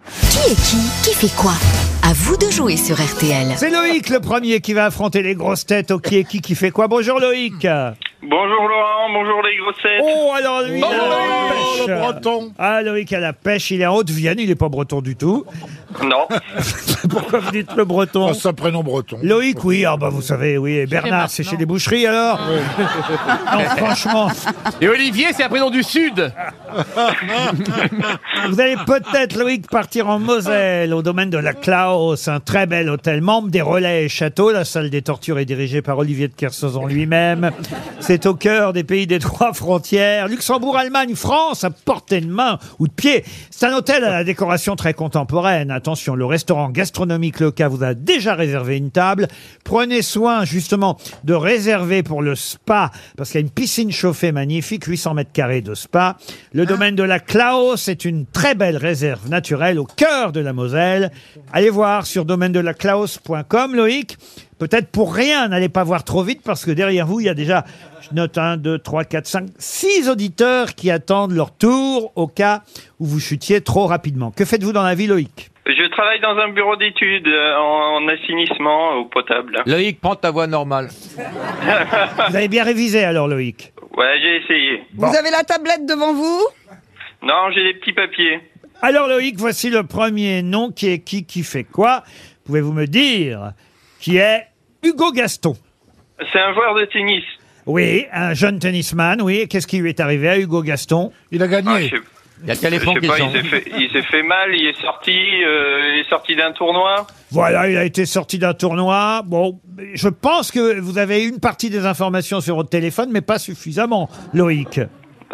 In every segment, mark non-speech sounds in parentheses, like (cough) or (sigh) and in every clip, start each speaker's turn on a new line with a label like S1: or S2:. S1: Qui est qui Qui fait quoi À vous de jouer sur RTL.
S2: C'est Loïc le premier qui va affronter les grosses têtes au qui est qui qui fait quoi. Bonjour Loïc.
S3: Bonjour Laurent, bonjour les grossettes.
S2: Oh alors lui il a
S4: Oh,
S2: la
S4: le
S2: pêche.
S4: breton.
S2: Ah Loïc à la pêche, il est en Haute-Vienne, il n'est pas breton du tout. (laughs)
S5: Oh.
S3: Non,
S2: Pourquoi vous dites le breton
S4: Oh, c'est un prénom breton.
S2: Loïc, oui, ah bah vous savez, oui, et Bernard, c'est chez les boucheries alors. non, franchement,
S6: Et Olivier, c'est un prénom du Sud.
S2: Ah, vous allez peut-être, Loïc, partir en Moselle, au domaine de la Klaus, un très bel hôtel, membre des Relais et Châteaux. La salle des tortures est dirigée par Olivier de Kersauzon lui-même. C'est au cœur des pays des trois frontières, Luxembourg, Allemagne, France, à portée de main ou de pied. C'est un hôtel à la décoration très contemporaine. Attention, le restaurant gastronomique Leca vous a déjà réservé une table. Prenez soin justement de réserver pour le spa parce qu'il y a une piscine chauffée magnifique, 800 mètres carrés de spa. Le domaine de la Klaus est une très belle réserve naturelle au cœur de la Moselle. Allez voir sur domaine de la Klaus.com, Loïc. Peut-être pour rien, n'allez pas voir trop vite parce que derrière vous, il y a déjà, je note 1, 2, 3, 4, 5, 6 auditeurs qui attendent leur tour au cas où vous chutiez trop rapidement. Que faites-vous dans la vie, Loïc
S3: je travaille dans un bureau d'études euh, en en assainissement au potable.
S6: Loïc, prends ta voix normale.
S2: Vous avez bien révisé alors, Loïc.
S3: Ouais, j'ai essayé.
S5: Vous avez la tablette devant vous
S3: Non, j'ai des petits papiers.
S2: Alors, Loïc, voici le premier nom qui est qui, qui fait quoi. Pouvez-vous me dire qui est Hugo Gaston
S3: C'est un joueur de tennis.
S2: Oui, un jeune tennisman, oui. Qu'est-ce qui lui est arrivé à Hugo Gaston
S4: Il a
S3: Ah, je
S4: gagné.
S3: sais,
S6: Il y a le
S3: je
S6: téléphone
S3: sais
S6: qui
S3: pas, il
S6: sonne.
S3: s'est fait, il s'est fait mal, il est sorti, euh, il est sorti d'un tournoi.
S2: Voilà, il a été sorti d'un tournoi. Bon, je pense que vous avez une partie des informations sur votre téléphone, mais pas suffisamment, Loïc.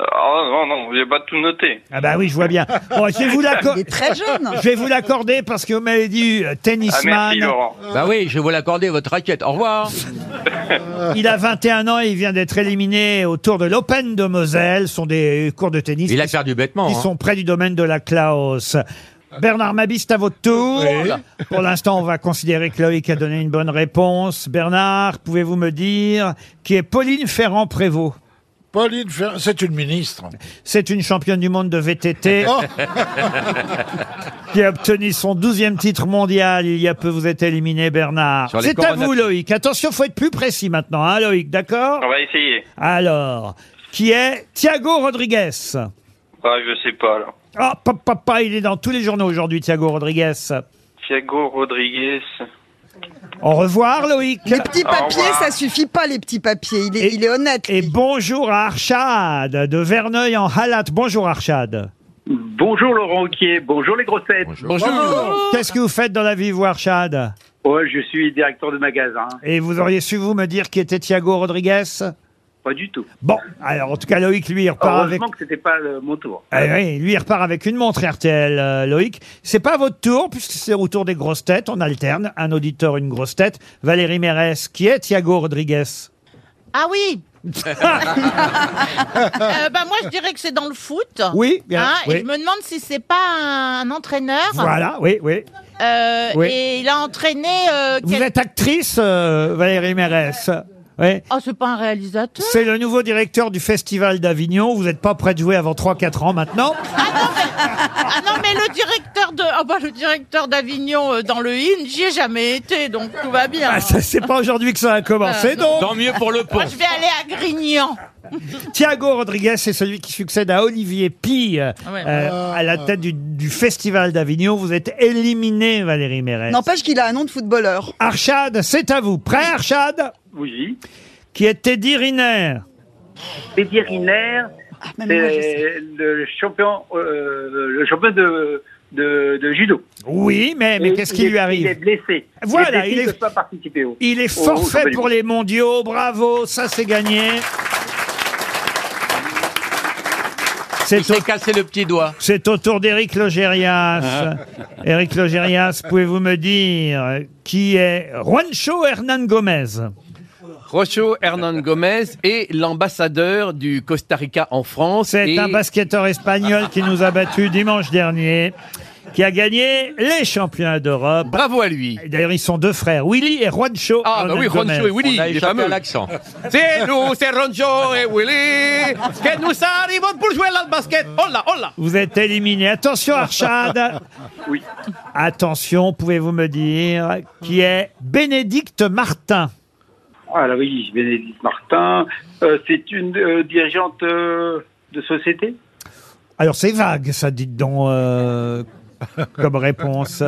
S3: Oh non, non, j'ai pas tout noté.
S2: Ah bah oui, je vois bien. Bon, je vais vous l'acco-
S5: Il est très jeune.
S2: je vais vous l'accorder parce que vous m'avez dit euh,
S3: Ah merci
S2: tennisman.
S3: Laurent.
S6: Bah oui, je vais vous l'accorder, votre raquette. Au revoir.
S2: il a 21 ans et il vient d'être éliminé au tour de l'Open de Moselle. Ce sont des cours de tennis
S6: Il a
S2: qui
S6: perdu bêtement.
S2: qui
S6: hein.
S2: sont près du domaine de la Klaus. Bernard Mabie, c'est à votre tour. Pour l'instant, on va considérer que Loïc a donné une bonne réponse. Bernard, pouvez-vous me dire qui est Pauline Ferrand-Prévot
S4: Pauline Fer- c'est une ministre.
S2: C'est une championne du monde de VTT
S4: Oh.
S2: qui a obtenu son 12e titre mondial. Il y a peu, vous êtes éliminé, Bernard.
S6: Sur les
S2: C'est à
S6: coronas-
S2: vous, Loïc. Attention, faut être plus précis maintenant, hein, Loïc, d'accord
S3: On va essayer.
S2: Alors, qui est Thiago Rodriguez
S3: Ah, je sais pas là.
S2: Ah, papa, papa, il est dans tous les journaux aujourd'hui, Thiago Rodriguez.
S3: Thiago Rodriguez.
S2: Au revoir Loïc.
S5: Les petits
S3: Au
S5: papiers,
S3: revoir.
S5: ça suffit pas, les petits papiers. Il est,
S2: Et-
S5: il est honnête.
S2: Et
S5: lui.
S2: bonjour à Archad de Verneuil en Halate. Bonjour Archad.
S7: Bonjour Laurent Ruquier, bonjour les grossettes.
S4: Oh.
S6: Bonjour.
S2: Qu'est-ce que vous faites dans la vie, vous Archad
S7: Ouais, Oh, je suis directeur de magasin.
S2: Et vous auriez su vous me dire qui était Thiago Rodriguez
S7: Pas du tout.
S2: Bon, alors en tout cas Loïc lui il repart Ah, avec
S7: Heureusement que c'était pas le- mon tour.
S2: Ah oui, lui il repart avec une montre RTL euh, Loïc. C'est pas votre tour puisque c'est au tour des grosses têtes, on alterne un auditeur une grosse tête. Valérie Mérès, qui est Thiago Rodriguez
S8: Ah oui (laughs) Euh, bah, Moi, je dirais que c'est dans le foot.
S2: Oui, bien.
S8: Hein,
S2: oui.
S8: Et je me demande si c'est pas un, un entraîneur.
S2: Voilà, oui, oui.
S8: Euh,
S2: Oui.
S8: Et il a entraîné. euh,
S2: Vous
S8: quel-
S2: êtes actrice euh, Valérie Mérès. Oui.
S8: Oh, c'est pas un réalisateur.
S2: C'est le nouveau directeur du Festival d'Avignon. Vous n'êtes pas prêt de jouer avant 3-4 ans maintenant.
S8: Ah non, mais le directeur de. Ah bah, le directeur d'Avignon euh, dans le IN, j'y ai jamais été, donc tout va bien.
S2: Ah, ça, c'est pas aujourd'hui que ça a commencé, Euh, non
S6: hein. Tant mieux
S2: (laughs)
S6: pour le pont.
S8: Moi, je vais aller à Grignan.
S2: Thiago Rodriguez, c'est celui qui succède à Olivier Pille euh,
S8: Ah ouais.
S2: euh, à la tête du, du Festival d'Avignon. Vous êtes éliminé, Valérie Mérès.
S5: N'empêche qu'il a un nom de footballeur.
S2: Archad, c'est à vous. Prêt, Archad
S7: Oui.
S2: Qui est Teddy Riner.
S7: Vétérinaire,
S5: Ah, même moi, je sais.
S7: c'est le champion, euh, le champion de, de, de judo.
S2: Oui, mais, mais
S7: Et
S2: qu'est-ce
S7: il
S2: qui
S7: est-
S2: lui
S7: Il est
S2: arrive
S7: blessé.
S2: Voilà,
S7: il
S2: il est-
S7: ne peut pas participer au.
S2: Il est
S7: au- au champion
S2: forfait
S7: du
S2: pour
S7: monde.
S2: les mondiaux. Bravo, ça c'est gagné.
S6: Il
S2: C'est au
S6: s'est cassé le petit doigt.
S2: C'est au tour d'Éric
S9: Ah.
S2: Logérias. Éric Logérias, pouvez-vous me dire euh, qui est Juancho Hernan Gomez
S9: Rocho Hernan Gomez est l'ambassadeur du Costa Rica en France.
S2: C'est
S9: et
S2: un basketteur espagnol qui nous a battus dimanche dernier. qui a gagné les championnats d'Europe.
S9: Bravo à lui.
S2: Et D'ailleurs, ils sont deux frères, Willy et Juancho.
S9: Ah, bah
S2: Hernan
S9: oui,
S2: Gomez.
S9: Roncho et Willy,
S6: On a
S9: les
S6: échappé
S9: fameux.
S6: à l'accent.
S9: C'est nous, c'est Roncho et Willy, que nous arrivons pour jouer là le basket. Oh là, oh là.
S2: Vous êtes éliminé. Attention, Archad.
S7: (laughs) Oui.
S2: Attention, pouvez-vous me dire qui est Bénédicte Martin
S7: Ah là oui, Bénédicte Martin. Euh, c'est une euh, dirigeante euh, de société
S2: Alors, c'est vague, ça, dites donc, euh, comme réponse.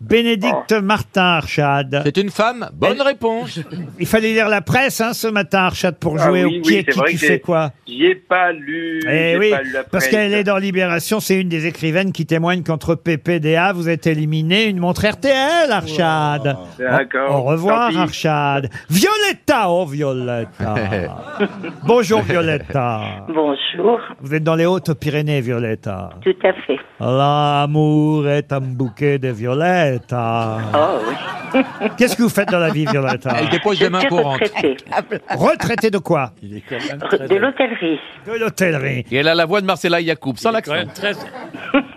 S2: Bénédicte
S7: Oh.
S2: Martin, Archad.
S6: C'est une femme Bonne réponse.
S2: Il fallait lire la presse hein, ce matin, Archad, pour
S7: Ah
S2: jouer
S7: oui,
S2: au qui
S7: oui,
S2: est
S7: c'est
S2: qui,
S7: vrai
S2: qui
S7: que
S2: fait
S7: j'ai-
S2: quoi.
S7: J'y ai pas lu.
S2: Eh
S7: j'ai
S2: oui,
S7: pas lu la
S2: parce
S7: presse.
S2: qu'elle est dans Libération, c'est une des écrivaines qui témoigne qu'entre PPDA, vous êtes éliminé une montre RTL, Archad.
S7: D'accord.
S2: Au revoir,
S7: Tant pis.
S2: Archad. Violetta, oh
S7: (laughs)
S2: Violetta. Bonjour, Violetta.
S10: Bonjour,
S2: Vous êtes dans les Hautes-Pyrénées, Violetta.
S10: tout à fait.
S2: L'amour est un bouquet de violettes.
S10: Oh oui. (laughs)
S2: Qu'est-ce que vous faites dans la vie, Violetta
S6: Elle dépose
S10: Je
S6: des mains
S10: suis
S6: courantes.
S10: retraitée
S2: Retraité de quoi
S10: de l'hôtellerie.
S2: De l'hôtellerie.
S9: Et elle a la voix de Marcella Yacoub, sans l'accent.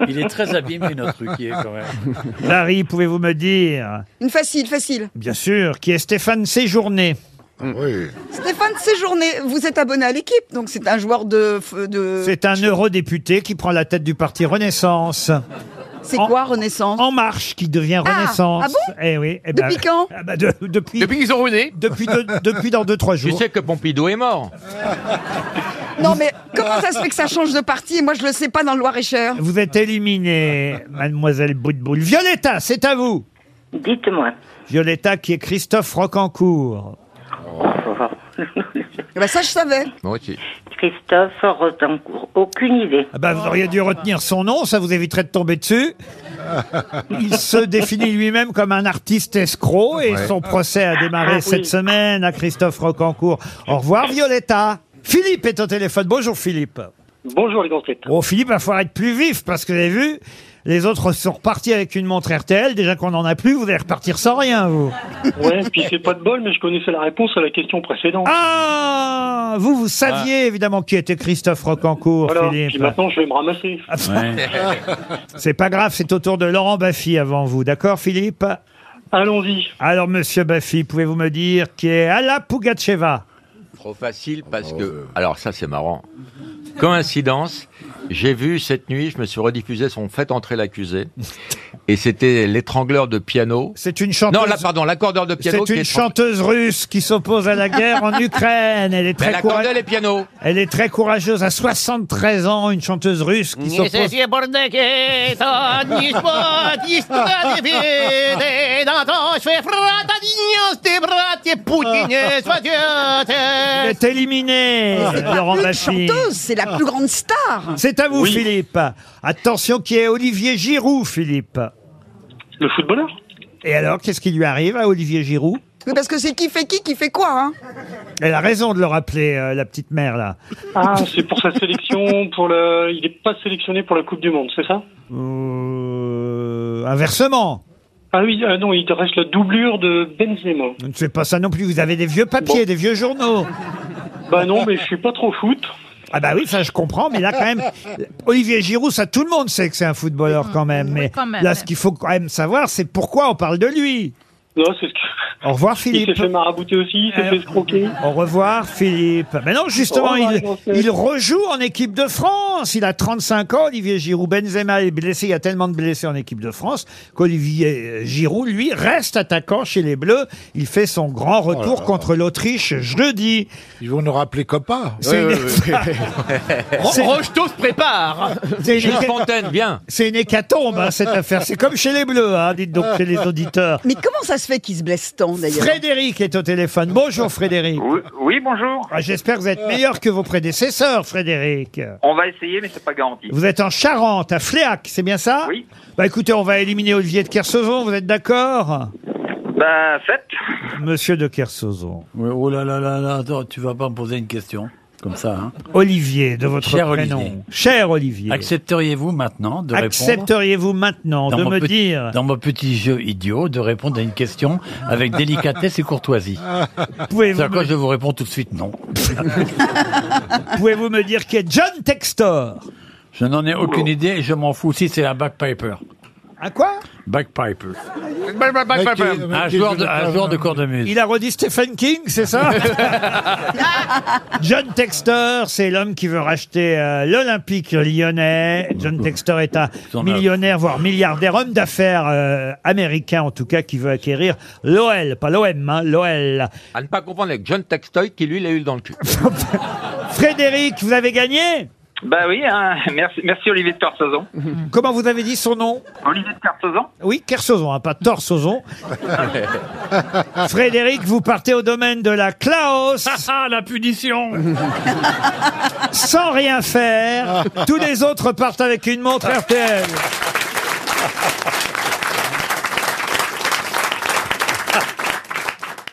S11: Il est très abîmé, notre truquier, quand même.
S2: Larry, pouvez-vous me dire,
S5: Une facile, facile.
S2: bien sûr, qui est Stéphane Séjourné
S4: Oui.
S5: Stéphane Séjourné, vous êtes abonné à l'équipe, donc c'est un joueur de. f- de...
S2: C'est un eurodéputé qui prend la tête du parti Renaissance.
S5: C'est
S2: en-
S5: quoi, Renaissance
S2: En Marche, qui devient
S5: Ah,
S2: Renaissance.
S5: ah bon
S2: Eh oui. eh
S5: Depuis quand
S2: Ah bah, de- Depuis...
S9: Depuis qu'ils ont ruiné.
S2: Depuis, deux- depuis dans 2-3
S6: Tu
S2: jours.
S6: sais que Pompidou est mort.
S5: Non, mais comment ça se fait que ça change de parti et moi je le sais pas dans le Loir-et-Cher
S2: Vous êtes éliminée, mademoiselle Boutboul. Violetta, c'est à vous.
S10: Dites-moi.
S2: Violetta qui est Christophe Rocancourt.
S5: Eh ben, Ça, je savais.
S6: Moi aussi.
S10: Christophe Rotencourt, aucune idée.
S2: Ah bah, vous auriez dû retenir son nom, ça vous éviterait de tomber dessus. Il se définit lui-même comme un artiste escroc et son procès a démarré
S10: Ah oui.
S2: cette semaine à Christophe Rocancourt. Au revoir Violetta. Philippe est au téléphone. Bonjour Philippe.
S7: Bonjour les grosses têtes.
S2: Oh Philippe, il va falloir être plus vif parce que vous avez vu, les autres sont repartis avec une montre RTL. Déjà qu'on n'en a plus, vous allez repartir sans rien vous.
S11: Ouais, puis c'est pas de bol, mais je connaissais la réponse à la question précédente.
S2: Ah Vous, vous saviez évidemment qui était Christophe Rocancourt,
S11: voilà, puis
S2: Philippe.
S11: maintenant je vais me ramasser.
S2: (laughs) C'est pas grave, c'est au tour de Laurent Baffy avant vous, d'accord Philippe
S11: Allons-y.
S2: Alors monsieur Baffy, pouvez-vous me dire qui est Alla Pugacheva
S6: Trop facile parce que. Alors, ça, c'est marrant. Oh, euh. Coïncidence, j'ai vu cette nuit, je me suis rediffusé son Fait entrer l'accusé. Et c'était l'étrangleur de piano.
S2: C'est une
S6: Non,
S2: chanteuse
S6: là, pardon, l'accordeur de piano.
S2: C'est
S6: qui
S2: une
S6: est étrangleur.
S2: chanteuse russe qui s'oppose à la guerre en Ukraine. Elle est
S6: Mais elle
S2: très coura-
S6: accordait les pianos.
S2: Elle est très courageuse à 73 ans, une chanteuse russe qui s'oppose
S11: (laughs)
S2: Elle est éliminée, euh,
S5: C'est pas
S2: Laurent
S5: une
S2: Baffy.
S5: chanteuse, c'est
S2: Ah.
S5: la plus grande star.
S2: C'est à vous, Philippe. Attention, qui est Olivier Giroud, Philippe.
S11: Le footballeur
S2: Et alors, qu'est-ce qui lui arrive à Olivier Giroud
S5: Oui, parce que c'est qui fait qui, qui fait quoi, hein
S2: Elle a raison de le rappeler, euh, la petite mère, là.
S11: Ah, c'est pour sa sélection, pour le... il n'est pas sélectionné pour la Coupe du Monde, c'est ça
S2: Euh, inversement.
S11: Ah oui, ah non, il te reste la doublure de Benzema.
S2: Je ne sais pas ça non plus. Vous avez des vieux papiers,
S11: Bon.
S2: des vieux journaux.
S11: Bah non, mais je suis pas trop foot.
S2: Ah bah oui, ça je comprends, mais là quand
S8: (laughs)
S2: même, Olivier Giroud, ça tout le monde sait que c'est un footballeur quand même. Mais
S8: quand même,
S2: là,
S8: ouais.
S2: ce qu'il faut quand même savoir, c'est pourquoi on parle de lui.
S11: Non, c'est ce que...
S2: Au revoir
S11: Il s'est
S2: Philippe.
S11: fait marabouter aussi, il s'est
S2: Euh,
S11: fait escroquer.
S2: Au revoir Philippe. Mais non, justement,
S11: Au revoir,
S2: il,
S11: Jean-Pierre.
S2: il rejoue en équipe de France. Il a 35 ans, Olivier Giroud. Benzema est blessé, il y a tellement de blessés en équipe de France qu'Olivier Giroud, lui, reste attaquant chez les Bleus. Il fait son grand
S11: Oh
S2: retour contre l'Autriche jeudi.
S4: Ils vont nous rappeler copains.
S2: C'est une- C'est-
S9: Rocheteau se prépare.
S2: (laughs) c'est une-
S6: Gilles Fontaine, bien.
S2: C'est une hécatombe, hein, cette affaire. C'est comme chez les Bleus, hein, dites donc, chez les auditeurs.
S5: Mais comment ça se fait qu'il se blesse tant, d'ailleurs
S2: Frédéric est au téléphone. Bonjour Frédéric.
S7: Oui, oui, bonjour.
S2: Ah, J'espère que vous êtes meilleur que vos prédécesseurs, Frédéric.
S7: On va essayer, mais c'est pas garanti.
S2: Vous êtes en Charente, à Fléac, c'est bien ça
S7: Oui.
S2: Bah écoutez, on va éliminer Olivier de Kersauzon, vous êtes d'accord
S7: Bah, faites.
S2: Monsieur de Kersauzon.
S11: Oh là là là là, attends, tu vas pas me poser une question comme ça. Hein.
S2: Olivier, de votre
S11: Cher
S2: prénom.
S11: Olivier.
S2: Cher Olivier.
S11: Accepteriez-vous maintenant de
S2: Accepteriez-vous maintenant de me
S11: petit-
S2: dire,
S11: dans mon petit jeu idiot, de répondre à une question avec délicatesse et courtoisie.
S2: pouvez-vous
S11: C'est à quoi
S2: me,
S11: je vous réponds tout de suite non.
S2: pouvez-vous me dire qui est John Textor
S11: Je n'en ai aucune idée et je m'en fous si c'est un backpiper.
S2: Un quoi
S12: Backpiper.
S2: Un joueur de- un joueur de
S12: cours de musique.
S2: Il a redit Stephen King, c'est ça John Textor, c'est l'homme qui veut racheter euh, l'Olympique lyonnais. John Textor est un millionnaire, voire milliardaire, homme d'affaires euh, américain en tout cas, qui veut acquérir l'OL, pas l'OM, hein, l'OL.
S6: À ne pas confondre avec John Textoy qui lui l'a eu dans le cul.
S2: Frédéric, vous avez gagné
S7: Bah oui, hein, merci, merci Olivier de Carsozon.
S2: Comment vous avez dit son nom
S7: Olivier de Carsozon
S2: Oui, Kersozon, hein, pas Torsozon. Frédéric, vous partez au domaine de la Klaus.
S12: Ah, la punition
S2: sans rien faire. Tous les autres partent avec une montre RTL.